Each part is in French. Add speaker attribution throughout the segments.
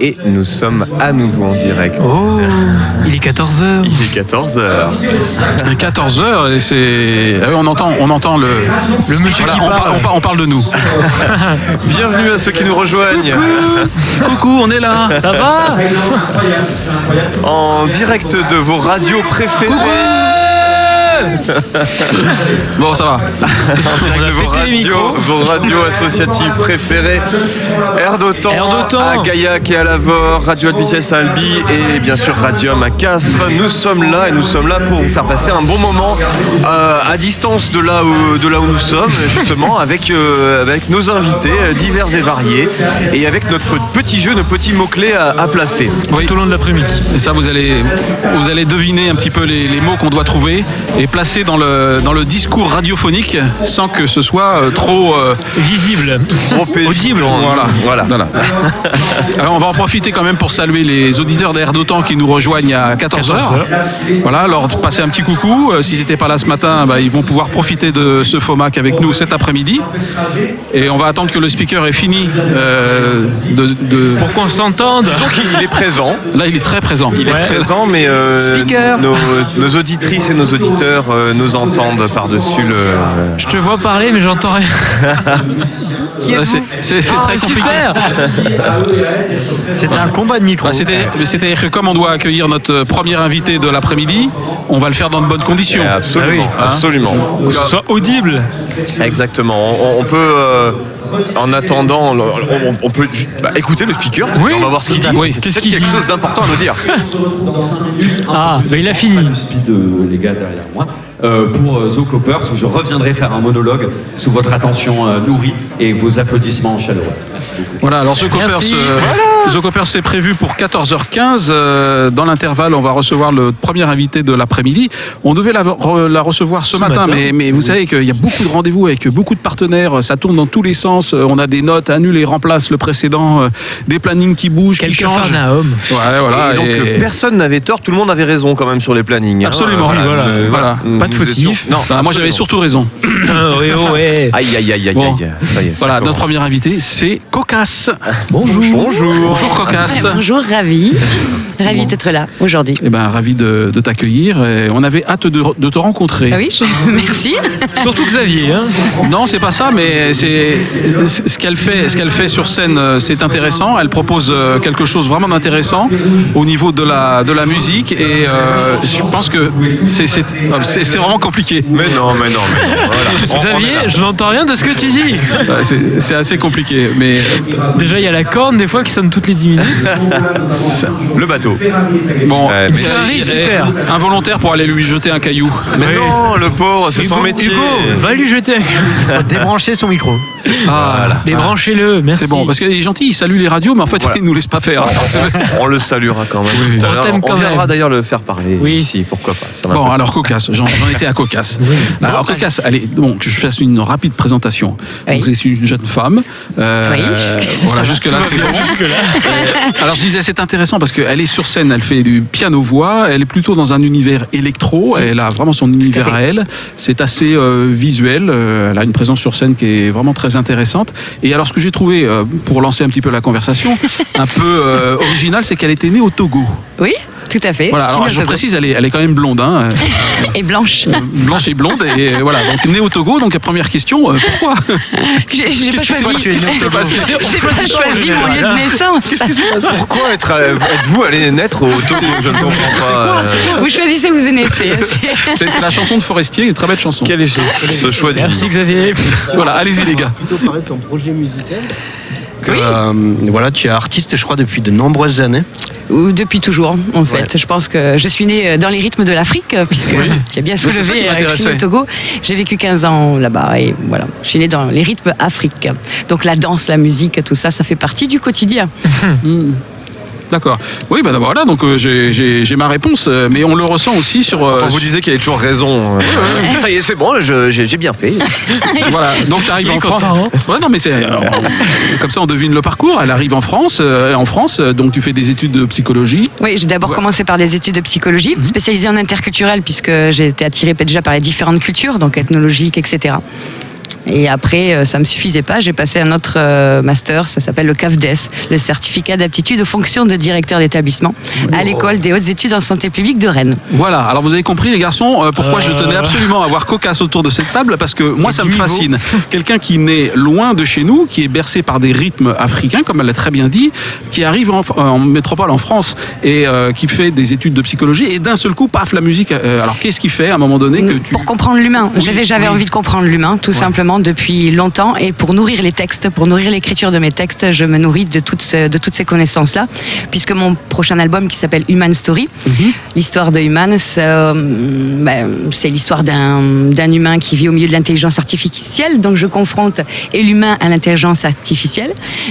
Speaker 1: et nous sommes à nouveau en direct.
Speaker 2: Oh, il est 14h.
Speaker 1: Il est 14h.
Speaker 3: 14h, et c'est. ah oui, On entend, on entend le.
Speaker 2: Le monsieur
Speaker 3: Voilà,
Speaker 2: qui
Speaker 3: on,
Speaker 2: parle.
Speaker 3: on par- on parle de nous.
Speaker 1: Bienvenue à ceux qui nous rejoignent
Speaker 3: Coucou, on est là.
Speaker 2: Ça va
Speaker 1: en direct de vos radios préférées.
Speaker 3: Bon, ça va.
Speaker 1: En direct de vos
Speaker 2: pété les
Speaker 1: radios, vos radios associatives préférées. Air d'OTAN,
Speaker 2: Air d'OTAN.
Speaker 1: à Gaillac et à Lavore, Radio Albiciès à Albi et bien sûr Radium à Castres. Nous sommes là et nous sommes là pour vous faire passer un bon moment euh, à distance de là où, de là où nous sommes, justement, avec, euh, avec nos invités euh, divers et variés et avec notre petit jeu, nos petits mots-clés à, à placer.
Speaker 3: Oui.
Speaker 2: Tout au long de l'après-midi.
Speaker 3: Et ça, vous allez, vous allez deviner un petit peu les, les mots qu'on doit trouver et placer dans le, dans le discours radiophonique sans que ce soit euh, trop. euh,
Speaker 2: Visible.
Speaker 1: Trop évident.
Speaker 2: Audible.
Speaker 3: Voilà,
Speaker 1: Voilà.
Speaker 3: Alors on va en profiter quand même pour saluer les auditeurs d'Air d'OTAN qui nous rejoignent à 14h.
Speaker 2: 14 heures.
Speaker 3: Voilà, leur passer un petit coucou. Euh, S'ils n'étaient pas là ce matin, bah, ils vont pouvoir profiter de ce FOMAC avec nous cet après-midi. Et on va attendre que le speaker ait fini euh, de, de-
Speaker 2: Pour qu'on s'entende.
Speaker 1: Il est présent.
Speaker 3: Là, il est très présent.
Speaker 1: Il est présent, mais euh,
Speaker 2: Speaker.
Speaker 1: nos, nos auditrices et nos auditeurs euh, nous entendent par-dessus le.
Speaker 3: Ah
Speaker 2: Je te vois parler, mais j'entends rien.
Speaker 3: Ouais, c'est- C'est c'est
Speaker 2: Ah,
Speaker 3: très compliqué.
Speaker 2: super
Speaker 4: C'était un combat de micro.
Speaker 3: Bah, c'était- mais C'est-à-dire que comme on doit accueillir notre euh, premier invité de l'après-midi, on va le faire dans de bonnes conditions.
Speaker 1: Absolument,
Speaker 3: Hein
Speaker 1: absolument.
Speaker 2: Que ce soit audible.
Speaker 1: Exactement. On, on peut, euh, en attendant, on, on- on peut ju- bah, écouter le speaker.
Speaker 2: Oui.
Speaker 1: On va voir ce qu'il dit.
Speaker 3: Oui.
Speaker 1: Peut-être
Speaker 2: Qu'est-ce
Speaker 1: qu'il y a
Speaker 2: qu'il
Speaker 1: quelque
Speaker 2: dit
Speaker 1: chose d'important à nous dire.
Speaker 2: Ah, bah, il a fini.
Speaker 5: Pas de speed, euh, les gars derrière moi. Euh, pour euh, Zo Clopers, où je reviendrai faire un monologue sous votre attention euh, nourrie et vos applaudissements chaleureux.
Speaker 3: Voilà, alors The Coppers,
Speaker 2: Merci.
Speaker 3: euh, The Coppers, c'est prévu pour 14h15. euh, dans l'intervalle, on va recevoir le premier invité de l'après-midi. On devait la, re- la recevoir ce, matin,
Speaker 2: matin.
Speaker 3: mais, mais vous savez qu'il y a beaucoup de rendez-vous avec beaucoup de partenaires. Ça tourne dans tous les sens. euh, On a des notes, annule et remplace le précédent, euh, des plannings qui bougent, qui
Speaker 2: Quelqu'un
Speaker 3: changent.
Speaker 2: un homme.
Speaker 3: Ouais, voilà.
Speaker 1: et donc,
Speaker 3: et- bah,
Speaker 1: euh, personne n'avait tort, tout le monde avait raison quand même sur les plannings. hein.
Speaker 3: Absolument,
Speaker 1: Euh,
Speaker 2: voilà,
Speaker 1: euh,
Speaker 3: voilà.
Speaker 1: Nous
Speaker 2: Pas de
Speaker 1: étions-
Speaker 2: fautif.
Speaker 1: Non,
Speaker 3: Bah, moi, j'avais
Speaker 1: absolument.
Speaker 3: surtout raison.
Speaker 2: Ouais, ouais, Oh, ouais.
Speaker 1: Aïe, aïe, aïe, aïe,
Speaker 3: Bon.
Speaker 1: aïe. Ça y est, ça
Speaker 3: Voilà, notre
Speaker 1: commence.
Speaker 3: premier invité, c'est Cocasse.
Speaker 2: Bonjour.
Speaker 1: Bonjour.
Speaker 3: Bonjour Cocasse.
Speaker 6: Ouais, Ah, Bonjour, ravi. Ravi d'être là aujourd'hui.
Speaker 3: Eh ben, ravi de, de t'accueillir. Et On avait hâte de, de te rencontrer.
Speaker 6: Ah oui, je- merci.
Speaker 2: Surtout Xavier. Hein.
Speaker 3: Non, c'est pas ça, mais c'est ce qu'elle fait, ce qu'elle fait sur scène, euh, c'est intéressant. Elle propose euh, quelque chose vraiment d'intéressant au niveau de la de la musique, et euh, je pense que c'est c'est ah, c'est- c'est vraiment compliqué.
Speaker 1: Mais non, mais non, mais non. Voilà. On- on est là.
Speaker 2: Xavier, je n'entends rien de ce que tu dis.
Speaker 3: Euh, C'est c'est assez compliqué, mais
Speaker 2: Déjà, il y a la corne des fois qui sonne toutes les 10 minutes.
Speaker 1: Le bateau.
Speaker 3: bon,
Speaker 1: Ouais, mais-
Speaker 3: euh,
Speaker 2: Ferrari,
Speaker 3: il est
Speaker 2: super.
Speaker 3: involontaire pour aller lui jeter un caillou.
Speaker 1: Mais
Speaker 2: Oui.
Speaker 1: non, le pauvre, c'est son métier.
Speaker 2: Hugo, va lui jeter. un-
Speaker 4: Faut Débrancher son micro.
Speaker 3: Ah,
Speaker 2: Débranchez-le, merci.
Speaker 3: c'est bon, parce qu'il est gentil, il salue les radios, mais en fait, il nous laisse pas faire.
Speaker 1: On le saluera quand même.
Speaker 3: Oui.
Speaker 1: tout à
Speaker 2: On
Speaker 1: l'heure.
Speaker 2: t'aime quand
Speaker 1: on viendra
Speaker 2: même.
Speaker 1: d'ailleurs le faire parler
Speaker 2: Oui.
Speaker 1: ici, pourquoi pas. si on a un
Speaker 3: Bon,
Speaker 1: peu-
Speaker 3: alors Cocasse, j'en j'en étais à Cocasse. Alors Cocasse, allez, bon, que je fasse une rapide présentation.
Speaker 6: Oui.
Speaker 3: Vous êtes une jeune femme. euh,
Speaker 6: Oui, jusque-
Speaker 3: voilà, jusque-là, c'est bon. Euh, alors je disais, c'est intéressant parce qu'elle est sur scène, elle fait du piano-voix, elle est plutôt dans un univers électro, elle a vraiment son univers à elle. C'est assez euh, visuel, euh, elle a une présence sur scène qui est vraiment très intéressante. Et alors ce que j'ai trouvé, euh, pour lancer un petit peu la conversation, un peu euh, original, c'est qu'elle était née au Togo.
Speaker 6: Oui, tout à fait.
Speaker 3: Voilà,
Speaker 6: Je suis
Speaker 3: alors
Speaker 6: née au
Speaker 3: je
Speaker 6: Togo.
Speaker 3: précise, elle est, elle est quand même blonde. Hein, euh,
Speaker 6: Et blanche.
Speaker 3: euh, blanche et blonde et euh, voilà donc née au Togo donc première question euh, pourquoi
Speaker 6: J'ai j'ai pas
Speaker 3: Qu'est-ce que
Speaker 6: choisi.
Speaker 3: c'est- qu'est-ce qui s'est passé
Speaker 6: J'ai pas choisi mon lieu de naissance.
Speaker 1: Pourquoi être- euh, êtes-vous allé naître au Togo Je ne comprends pas. euh,
Speaker 6: Vous choisissez où vous naissez. C'est-
Speaker 3: c'est c'est la chanson de Forestier une très belle chanson
Speaker 1: Quel est ce, ce choix de
Speaker 2: Merci Xavier.
Speaker 3: voilà allez-y les gars
Speaker 7: plutôt parler de ton projet musical.
Speaker 6: Oui.
Speaker 7: Euh, voilà, tu es artiste, je crois, depuis de nombreuses années.
Speaker 6: Ou depuis toujours, en fait. Je pense que je suis née euh, dans les rythmes de l'Afrique, euh, puisque j'ai bien
Speaker 3: c'est ça qui
Speaker 6: soulevé euh, que je suis née
Speaker 3: m'intéressait.
Speaker 6: au Togo. J'ai vécu 15 ans là-bas et voilà. Je suis née dans les rythmes afriques. Donc la danse, la musique, tout ça, ça fait partie du quotidien.
Speaker 3: d'accord oui ben voilà donc euh, j'ai- j'ai j'ai ma réponse euh, mais on le ressent aussi sur euh,
Speaker 1: Quand vous disiez qu'elle avait toujours raison. euh, ça y est, c'est bon, je- j'ai j'ai bien fait.
Speaker 3: Voilà, donc tu arrives
Speaker 2: Il est
Speaker 3: en France.
Speaker 2: content,
Speaker 1: hein.
Speaker 3: Ouais, non, mais c'est euh, comme ça on devine le parcours. Elle arrive en France, euh, en France, euh, donc tu fais des études de psychologie.
Speaker 6: Oui, j'ai d'abord
Speaker 3: Ouais. Mhm.
Speaker 6: commencé par des études de psychologie, spécialisée en interculturel, puisque j'ai été attirée déjà par les différentes cultures, donc ethnologiques, etc. Et après, euh, ça me suffisait pas. J'ai passé un autre euh, master, ça s'appelle le CAFDES, E le certificat d'aptitude aux fonctions de directeur d'établissement à l'école des hautes études en santé publique de Rennes.
Speaker 3: Voilà, alors vous avez compris les garçons euh, pourquoi je tenais absolument à avoir Cocasse autour de cette table parce que moi ça me fascine. Quelqu'un qui naît loin de chez nous, qui est bercé par des rythmes africains comme elle l'a très bien dit, qui arrive en, euh, en métropole en France et euh, qui fait des études de psychologie et d'un seul coup paf la musique. euh, alors qu'est-ce qui fait à un moment donné que tu
Speaker 6: Pour comprendre l'humain.
Speaker 3: Oui,
Speaker 6: J'avais j'avais
Speaker 3: oui.
Speaker 6: envie de comprendre l'humain, tout simplement, depuis longtemps. Et pour nourrir les textes, pour nourrir l'écriture de mes textes, je me nourris de toutes, ce- de toutes ces connaissances-là. Puisque mon prochain album, qui s'appelle Human Story, l'histoire de Human, c'est euh, ben, c'est l'histoire d'un d'un humain qui vit au milieu de l'intelligence artificielle. Donc je confronte et l'humain à l'intelligence artificielle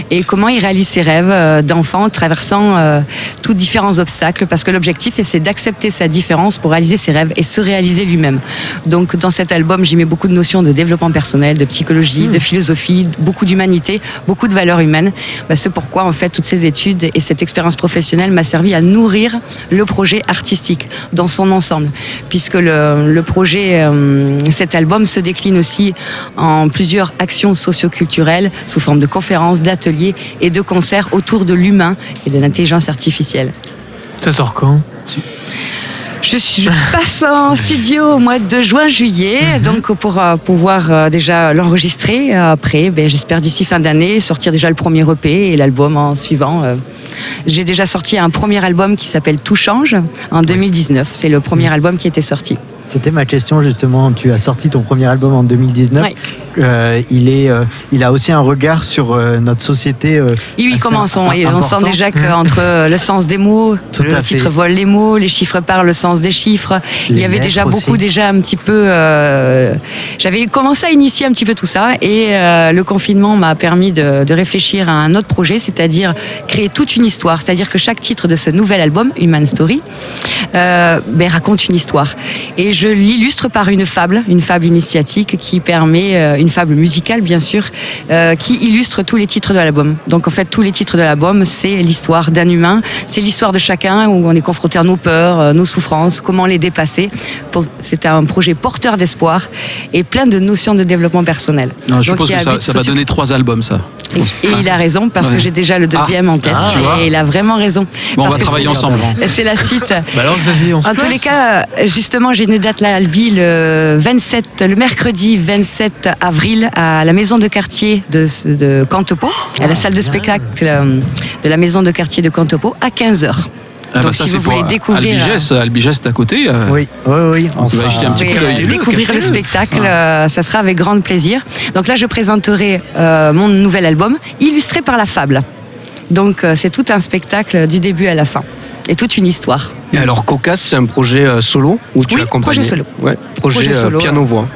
Speaker 6: et comment il réalise ses rêves euh, d'enfant en traversant euh, tous différents obstacles. Parce que l'objectif, et c'est d'accepter sa différence pour réaliser ses rêves et se réaliser lui-même. Donc dans cet album, j'y mets beaucoup de notions de développement personnel, de psychologie, de philosophie, beaucoup d'humanité, beaucoup de valeurs humaines. Bah, c'est pourquoi en fait toutes ces études et cette expérience professionnelle m'a servi à nourrir le projet artistique dans son ensemble, puisque le, le projet, euh, cet album se décline aussi en plusieurs actions socioculturelles sous forme de conférences, d'ateliers et de concerts autour de l'humain et de l'intelligence artificielle.
Speaker 2: Ça sort quand
Speaker 6: Je, suis, je passe en studio au mois de juin-juillet, donc pour euh, pouvoir euh, déjà l'enregistrer. Euh, Après, ben, j'espère d'ici fin d'année sortir déjà le premier EP et l'album en suivant. euh. J'ai déjà sorti un premier album qui s'appelle Tout change en 2019. C'est le premier album qui était sorti.
Speaker 4: C'était ma question justement. Tu as sorti ton premier album en 2019.
Speaker 6: Ouais.
Speaker 4: Euh, il est, euh, il a aussi un regard sur euh, notre société. euh,
Speaker 6: Et oui,
Speaker 4: assez
Speaker 6: comment on, et on
Speaker 4: important. Mmh.
Speaker 6: sent déjà qu'entre euh, le sens des mots,
Speaker 4: Tout
Speaker 6: le
Speaker 4: à
Speaker 6: titre
Speaker 4: fait.
Speaker 6: vole les mots, les chiffres parlent le sens des chiffres. il
Speaker 4: Les
Speaker 6: y avait déjà
Speaker 4: lettres
Speaker 6: beaucoup,
Speaker 4: aussi.
Speaker 6: déjà un petit peu. euh, J'avais commencé à initier un petit peu tout ça et euh, le confinement m'a permis de, de réfléchir à un autre projet, c'est-à-dire créer toute une histoire. C'est-à-dire que chaque titre de ce nouvel album, Human Story, euh, ben, raconte une histoire. Et je l'illustre par une fable, une fable initiatique qui permet, euh, une fable musicale bien sûr, euh, qui illustre tous les titres de l'album. Donc en fait, tous les titres de l'album, c'est l'histoire d'un humain, c'est l'histoire de chacun où on est confronté à nos peurs, euh, nos souffrances, comment les dépasser. Pour- C'est un projet porteur d'espoir et plein de notions de développement personnel.
Speaker 3: Non, Ah, je
Speaker 6: Donc,
Speaker 3: suppose
Speaker 6: il y
Speaker 3: que
Speaker 6: a un
Speaker 3: ça,
Speaker 6: but
Speaker 3: ça va
Speaker 6: socio-
Speaker 3: donner trois albums ça.
Speaker 6: Et, et il a raison parce
Speaker 3: Ouais. Ah,
Speaker 6: que j'ai déjà le deuxième en tête.
Speaker 3: tu vois.
Speaker 6: et il a vraiment raison.
Speaker 3: Bon, on
Speaker 6: Parce
Speaker 3: va
Speaker 6: que
Speaker 3: travailler
Speaker 6: c'est-
Speaker 3: ensemble.
Speaker 6: C'est la suite.
Speaker 2: Bah alors que ça fait, on se
Speaker 6: En tous
Speaker 2: place
Speaker 6: les cas, euh, justement, j'ai une date là, Albi, le 27, le mercredi 27 avril, à la maison de quartier de, de Cantepo, à la salle de spectacle euh, de la maison de quartier de Cantepo, à 15h.
Speaker 3: Ah, bah,
Speaker 6: Donc, si vous voulez
Speaker 3: euh,
Speaker 6: découvrir,
Speaker 3: Albigès, Albigès est à côté. euh,
Speaker 4: Oui, oui, oui. On
Speaker 3: Tu vas
Speaker 4: sera-
Speaker 3: acheter un petit
Speaker 6: Oui,
Speaker 3: coup d'œil.
Speaker 6: euh, découvrir le
Speaker 2: captez-le.
Speaker 6: spectacle, euh, ça sera avec grand plaisir. Donc là, je présenterai euh, mon nouvel album, illustré par la fable. Donc euh, c'est tout un spectacle du début à la fin, et toute une histoire.
Speaker 7: Et alors, Cocasse, c'est un projet euh, solo où tu
Speaker 6: Oui,
Speaker 7: accompagnes.
Speaker 6: projet solo.
Speaker 7: Ouais, projet,
Speaker 6: Projet
Speaker 7: euh,
Speaker 6: solo,
Speaker 7: piano-voix.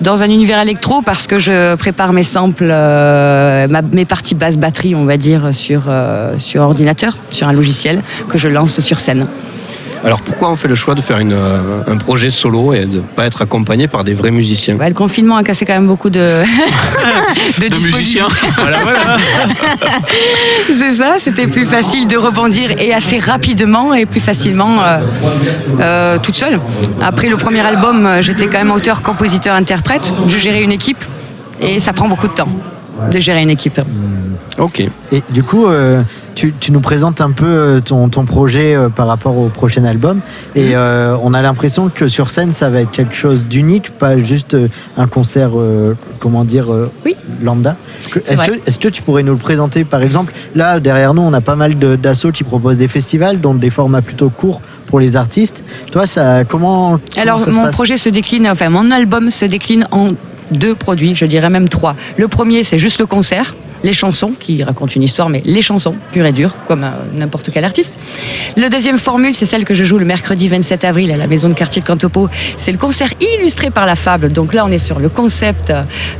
Speaker 6: dans un univers électro parce que je prépare mes samples, euh, ma- mes parties basse batterie, on va dire, sur, euh, sur ordinateur, sur un logiciel que je lance sur scène.
Speaker 7: Alors, pourquoi on fait le choix de faire une, euh, un projet solo et de ne pas être accompagné par des vrais musiciens
Speaker 6: Ouais, Bah, le confinement a cassé quand même beaucoup de, de,
Speaker 3: de
Speaker 6: dispositifs.
Speaker 3: musiciens.
Speaker 6: C'est ça, c'était plus facile de rebondir et assez rapidement et plus facilement euh, euh, toute seule. Après le premier album, euh, j'étais quand même auteur, compositeur, interprète. Je gérais une équipe et ça prend beaucoup de temps de gérer une équipe.
Speaker 7: Ok.
Speaker 4: Et du coup, euh, tu, tu nous présentes un peu euh, ton, ton projet euh, par rapport au prochain album. Et euh, on a l'impression que sur scène, ça va être quelque chose d'unique, pas juste euh, un concert, euh, comment dire, euh,
Speaker 6: Oui.
Speaker 4: lambda. Que-
Speaker 6: C'est
Speaker 4: Est-ce
Speaker 6: vrai.
Speaker 4: que, est-ce que tu pourrais nous le présenter Par exemple, là, derrière nous, on a pas mal de- d'assauts qui proposent des festivals, dont des formats plutôt courts pour les artistes. Toi, ça, comment, comment
Speaker 6: Alors,
Speaker 4: ça se
Speaker 6: mon
Speaker 4: passe
Speaker 6: projet se décline, enfin, mon album se décline en deux produits, je dirais même trois. Le premier, c'est juste le concert. Les chansons, qui racontent une histoire, mais les chansons, pure et dure, comme euh, n'importe quel artiste. Le deuxième formule, c'est celle que je joue le mercredi 27 avril à la maison de quartier de Cantopo. C'est le concert illustré par la fable. Donc là, on est sur le concept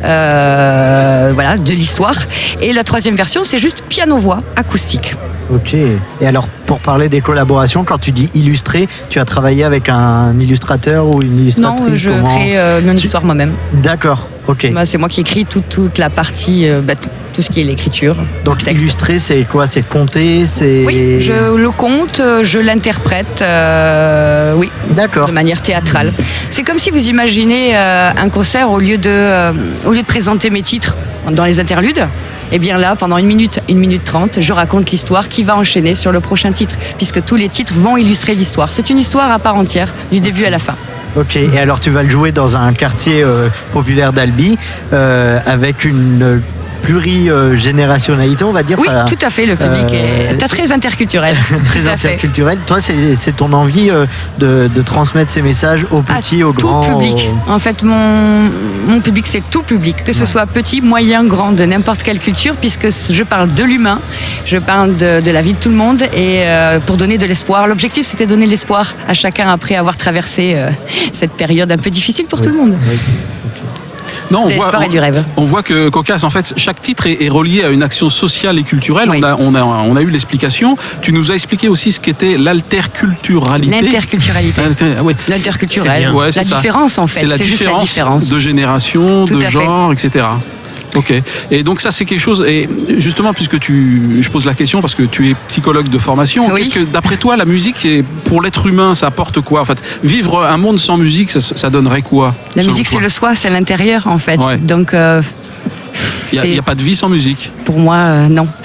Speaker 6: euh, voilà, de l'histoire. Et la troisième version, c'est juste piano-voix acoustique.
Speaker 4: Ok. Et alors, pour parler des collaborations, quand tu dis illustrer, tu as travaillé avec un illustrateur ou une illustratrice
Speaker 6: Non, je
Speaker 4: comment-
Speaker 6: crée euh, mon
Speaker 4: Tu-
Speaker 6: histoire moi-même.
Speaker 4: D'accord. Ok.
Speaker 6: Bah, c'est moi qui écris tout- toute la partie, euh, bah, tout, tout ce qui est l'écriture.
Speaker 4: Donc
Speaker 6: texte.
Speaker 4: illustrer, c'est quoi C'est compter, c'est.
Speaker 6: Oui, je le compte, euh, je l'interprète, euh, oui,
Speaker 4: D'accord.
Speaker 6: de manière théâtrale. C'est comme si vous imaginez euh, un concert au lieu de, euh, au lieu de présenter mes titres dans les interludes. Et bien là, pendant une minute, une minute trente, je raconte l'histoire qui va enchaîner sur le prochain titre, puisque tous les titres vont illustrer l'histoire. C'est une histoire à part entière, du début à la fin.
Speaker 4: Ok. Et alors tu vas le jouer dans un quartier euh, populaire d'Albi euh, avec une euh, plurigénérationnalité, on va dire.
Speaker 6: Oui,
Speaker 4: Enfin,
Speaker 6: tout à fait, le public
Speaker 4: euh,
Speaker 6: est t'as très interculturel.
Speaker 4: Très
Speaker 6: tout à fait.
Speaker 4: interculturel. Toi, c'est c'est ton envie euh, de, de transmettre ces messages aux
Speaker 6: À
Speaker 4: petits, aux
Speaker 6: tout
Speaker 4: grands.
Speaker 6: public.
Speaker 4: aux-
Speaker 6: En fait, mon, mon public, c'est tout public, que ce soit petit, moyen, grand, de n'importe quelle culture, puisque c- je parle de l'humain, je parle de, de la vie de tout le monde, et euh, pour donner de l'espoir. L'objectif, c'était donner de l'espoir à chacun après avoir traversé euh, cette période un peu difficile pour tout le monde.
Speaker 4: Oui.
Speaker 3: Non, on
Speaker 6: De l'espoir
Speaker 3: voit,
Speaker 6: et du rêve.
Speaker 3: on voit que Cocas, en fait, chaque titre est, est relié à une action sociale et culturelle.
Speaker 6: Oui.
Speaker 3: On, a, on, a, on a eu l'explication. Tu nous as expliqué aussi ce qu'était l'alterculturalité.
Speaker 6: L'interculturalité.
Speaker 3: Alter- ah oui.
Speaker 2: C'est
Speaker 6: L'interculturel.
Speaker 2: bien.
Speaker 3: Ouais,
Speaker 6: la
Speaker 3: c'est ça.
Speaker 6: différence, en fait.
Speaker 3: C'est la
Speaker 6: C'est juste la
Speaker 3: différence,
Speaker 6: différence.
Speaker 3: de génération,
Speaker 6: Tout
Speaker 3: de
Speaker 6: à fait.
Speaker 3: genre, etc. Ok. Et donc ça, c'est quelque chose. Et justement, puisque tu, je pose la question parce que tu es psychologue de formation,
Speaker 6: Oui.
Speaker 3: qu'est-ce que, d'après toi, la musique c'est- pour l'être humain, ça apporte quoi En fait, vivre un monde sans musique, ça, ça donnerait quoi
Speaker 6: La
Speaker 3: selon
Speaker 6: musique, c'est
Speaker 3: toi
Speaker 6: le soi, c'est l'intérieur, en fait.
Speaker 3: Ouais.
Speaker 6: Donc, euh,
Speaker 3: Il
Speaker 6: c'est-
Speaker 3: n'y a, pas de vie sans musique.
Speaker 6: Pour moi, euh, non.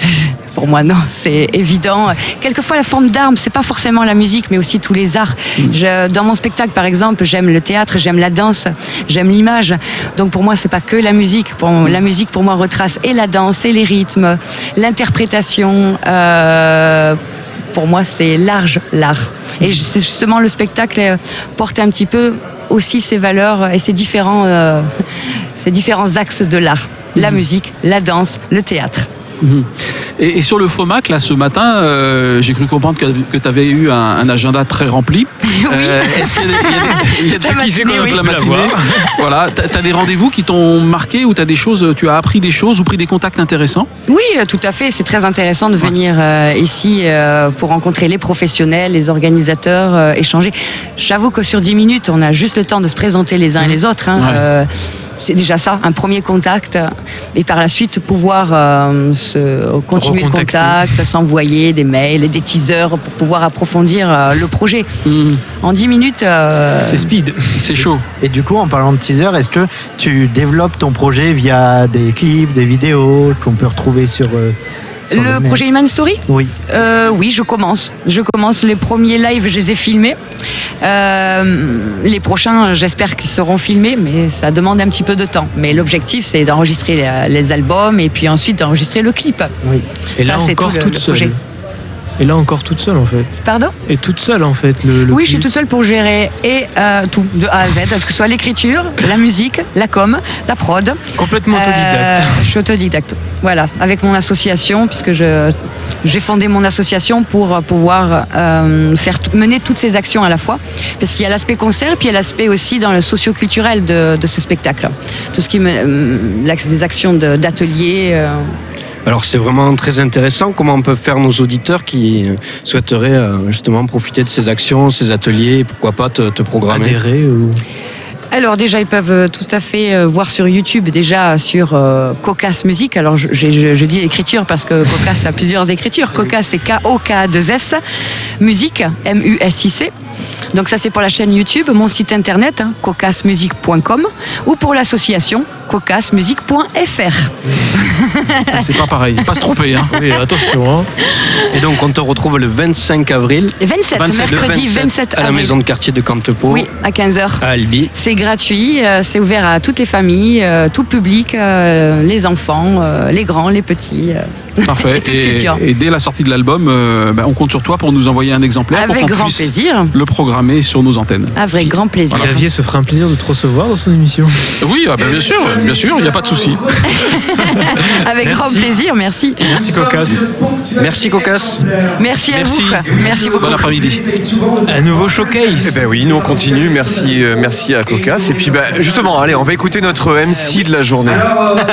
Speaker 6: Pour moi, non, c'est évident. Quelquefois, la forme d'arme, c'est pas forcément la musique, mais aussi tous les arts. Je- dans mon spectacle, par exemple, j'aime le théâtre, j'aime la danse, j'aime l'image. Donc, pour moi, c'est pas que la musique. Pour, la musique, pour moi, retrace et la danse, et les rythmes, l'interprétation. euh, pour moi, c'est large l'art. Et je- c'est justement le spectacle euh, porte un petit peu aussi ses valeurs et ses différents, euh, ses différents axes de l'art. La musique, la danse, le théâtre.
Speaker 3: Mhm. Et, et sur le FOMAC, là, ce matin, euh, j'ai cru comprendre que, tu avais eu un, un agenda très rempli. Euh, Est-ce qu'il y a des- il y a des- il y a des trucs qui
Speaker 6: Toute la matinée,
Speaker 3: décollent
Speaker 6: oui.
Speaker 3: toute la
Speaker 2: Tu peux la
Speaker 3: matinée Voilà. T'as t'as des rendez-vous qui t'ont marqué ou t'as des choses, tu as appris des choses ou pris des contacts intéressants
Speaker 6: Oui, euh, tout à fait. C'est très intéressant de venir euh, ici euh, pour rencontrer les professionnels, les organisateurs, euh, échanger. J'avoue que sur 10 minutes, on a juste le temps de se présenter les uns et les autres. hein.
Speaker 3: Ouais.
Speaker 6: Euh, c'est déjà ça, un premier contact. Et par la suite, pouvoir euh, se continuer le
Speaker 2: Recontacter.
Speaker 6: contact, s'envoyer des mails et des teasers pour pouvoir approfondir euh, le projet. En 10 minutes, euh,
Speaker 2: C'est speed.
Speaker 3: C'est chaud.
Speaker 4: Et du coup, en parlant de teaser, est-ce que tu développes ton projet via des clips, des vidéos qu'on peut retrouver sur. euh, sur
Speaker 6: le
Speaker 4: net
Speaker 6: projet Human Story
Speaker 4: Oui.
Speaker 6: Euh, oui, je commence. Je commence les premiers lives, je les ai filmés. Euh, les prochains, j'espère qu'ils seront filmés, mais ça demande un petit peu de temps. Mais l'objectif, c'est d'enregistrer les, les albums et puis ensuite d'enregistrer le clip.
Speaker 2: Et
Speaker 6: Ça,
Speaker 2: là
Speaker 6: c'est
Speaker 2: encore
Speaker 6: tout le-
Speaker 2: toute
Speaker 6: le
Speaker 2: seule.
Speaker 6: projet.
Speaker 2: Et là encore toute seule en fait.
Speaker 6: Pardon
Speaker 2: Et toute seule en fait. Le, le
Speaker 6: Oui, je suis
Speaker 2: clip.
Speaker 6: toute seule pour gérer et euh, tout, de A à Z, que ce soit l'écriture, la musique, la com, la prod.
Speaker 2: complètement autodidacte.
Speaker 6: Euh, je suis autodidacte. Voilà, avec mon association, puisque je j'ai fondé mon association pour pouvoir euh, faire tout- mener toutes ces actions à la fois, parce qu'il y a l'aspect concert, puis il y a l'aspect aussi dans le socioculturel de, de ce spectacle. Tout ce qui me, euh, l'axe- des actions de- d'ateliers. euh,
Speaker 7: Alors c'est vraiment très intéressant comment on peut faire nos auditeurs qui euh, souhaiteraient euh, justement profiter de ces actions, ces ateliers, et pourquoi pas te, te programmer.
Speaker 2: Adhérer ou.
Speaker 6: Alors déjà, ils peuvent euh, tout à fait euh, voir sur YouTube, déjà sur euh, Cocas Musique. Alors je, je- je- je dis écriture parce que Cocas a plusieurs écritures. Cocas c'est K-O-K-2-S, Musique, M-U-S-I-C. Donc ça c'est pour la chaîne YouTube, mon site internet, hein, cocasmusique.com, ou pour l'association cocasmusique.fr.
Speaker 3: Ah, C'est pas pareil. Pas se tromper. Hein.
Speaker 2: Oui, attention. hein.
Speaker 7: Et donc on te retrouve le 25 avril.
Speaker 6: 27,
Speaker 7: le
Speaker 6: mercredi 27,
Speaker 7: à la
Speaker 6: avril.
Speaker 7: maison Oh. de quartier de Cantepo
Speaker 6: Oui, à 15h.
Speaker 7: à Albi.
Speaker 6: C'est gratuit, euh, c'est ouvert à toutes les familles, euh, tout public, euh, les enfants, euh, les grands, les petits. euh.
Speaker 3: Parfait.
Speaker 6: Toute
Speaker 3: Et,
Speaker 6: culture.
Speaker 3: et dès la sortie de l'album, euh, bah, on compte sur toi pour nous envoyer un exemplaire pour
Speaker 6: Avec
Speaker 3: qu'on
Speaker 6: grand
Speaker 3: puisse
Speaker 6: plaisir.
Speaker 3: le programmer sur nos antennes.
Speaker 6: Avec grand plaisir.
Speaker 2: Xavier se fera un plaisir de te recevoir dans son émission.
Speaker 3: Oui, ah bah, bien sûr, bien sûr, il n'y a pas de souci.
Speaker 6: Avec grand
Speaker 2: Merci.
Speaker 6: plaisir, merci.
Speaker 2: Merci Cocasse.
Speaker 7: Merci Cocas.
Speaker 6: Merci à
Speaker 3: Merci.
Speaker 6: vous. Merci beaucoup.
Speaker 3: Bon après-midi.
Speaker 2: Un nouveau showcase.
Speaker 1: Eh ben oui, nous on continue. Merci, euh, merci à Cocas. Et puis bah, justement, allez, on va écouter notre MC de la journée.